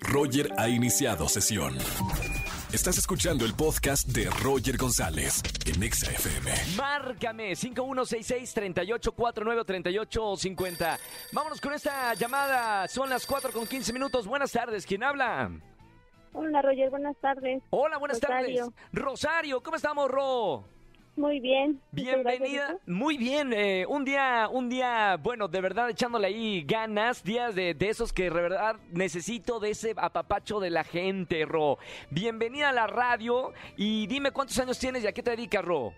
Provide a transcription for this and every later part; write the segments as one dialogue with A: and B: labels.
A: Roger ha iniciado sesión. Estás escuchando el podcast de Roger González en Exa FM.
B: Márcame 5166-3849-3850. Vámonos con esta llamada. Son las 4 con 15 minutos. Buenas tardes. ¿Quién habla?
C: Hola Roger, buenas tardes.
B: Hola, buenas
C: Rosario.
B: tardes. Rosario, ¿cómo estamos, Ro?
C: Muy bien. Muchas gracias,
B: Bienvenida,
C: ¿y tú?
B: muy bien, eh, un día, un día, bueno, de verdad echándole ahí ganas, días de, de esos que de verdad necesito de ese apapacho de la gente, Ro. Bienvenida a la radio y dime cuántos años tienes y a qué te dedicas, Ro.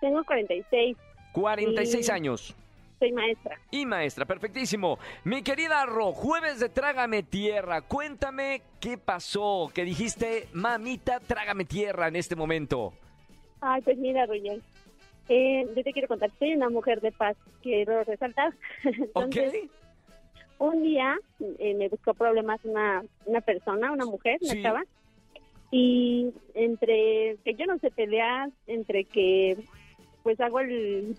C: Tengo 46,
B: 46
C: Sí.
B: años.
C: soy maestra.
B: Y maestra, perfectísimo. Mi querida Ro, jueves de Trágame Tierra, cuéntame qué pasó, que dijiste, mamita, trágame tierra en este momento.
C: Ay, pues mira Roger, eh, yo te quiero contar, soy una mujer de paz, quiero resaltar.
B: ¿Ok?
C: Entonces, un día eh, me buscó problemas una, una persona, una mujer, una
B: Sí.
C: chava, y entre que yo no sé pelear, entre que pues hago el...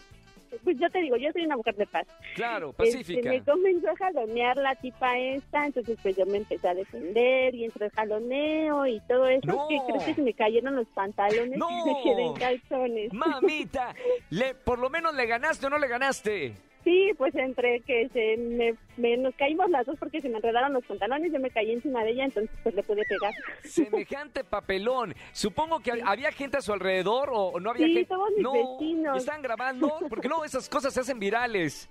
C: Pues yo te digo, yo soy una mujer de paz.
B: Claro,
C: Este,
B: pacífica.
C: me comenzó a jalonear la tipa esta, entonces pues yo me empecé a defender y entre el jaloneo y todo eso,
B: ¡No!
C: que creo que se me cayeron los pantalones
B: ¡No!
C: y me quedé en calzones.
B: Mamita, le, por lo menos le ganaste o no le ganaste.
C: Sí, pues entre que se me, me- nos caímos las dos porque se me enredaron los pantalones, yo me caí encima de ella, entonces pues le pude pegar.
B: Semejante papelón. Supongo que había gente a su alrededor o o no había
C: Sí,
B: gente.
C: todos mis
B: no,
C: vecinos.
B: ¿y están grabando porque luego esas cosas se hacen virales.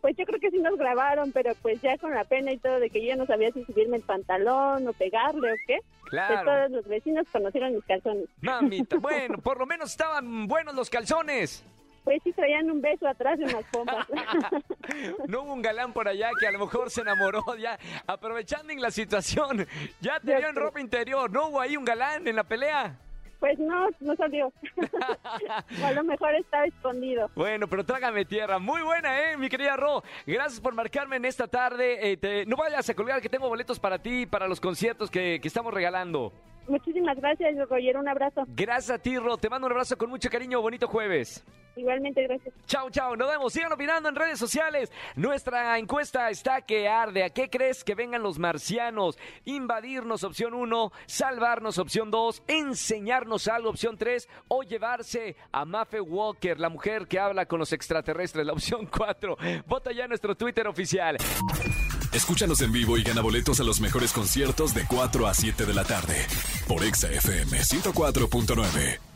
C: Pues yo creo que sí nos grabaron, pero pues ya con la pena y todo de que yo ya no sabía si subirme el pantalón o pegarle o qué, pues
B: Claro.
C: todos los vecinos conocieron mis calzones.
B: Mamita, bueno, por lo menos estaban buenos los calzones.
C: Pues sí traían un beso atrás de unas bombas.
B: No hubo un galán por allá que a lo mejor se enamoró ya aprovechando en la situación. Ya te
C: Ya
B: vio en
C: sé.
B: ropa interior. No hubo ahí un galán en la pelea.
C: Pues no, no salió. O a lo mejor estaba escondido.
B: Bueno, pero trágame tierra. Muy buena, ¿eh, mi querida Ro? Gracias por marcarme en esta tarde. Eh, te- no vayas a colgar que tengo boletos para ti y para los conciertos que, que estamos regalando.
C: Muchísimas gracias, Roger. Un abrazo.
B: Gracias a ti, Ro. Te mando un abrazo con mucho cariño. Bonito jueves.
C: Igualmente, gracias.
B: Chao, chao. Nos vemos. Sigan opinando en redes sociales. Nuestra encuesta está que arde. ¿A qué crees que vengan los marcianos? Invadirnos, opción 1. Salvarnos, opción 2. Enseñarnos algo, opción 3. O llevarse a Mafe Walker, la mujer que habla con los extraterrestres, la opción 4. Vota ya en nuestro Twitter oficial.
A: Escúchanos en vivo y gana boletos a los mejores conciertos de 4 a 7 de la tarde por Exa FM 104.9.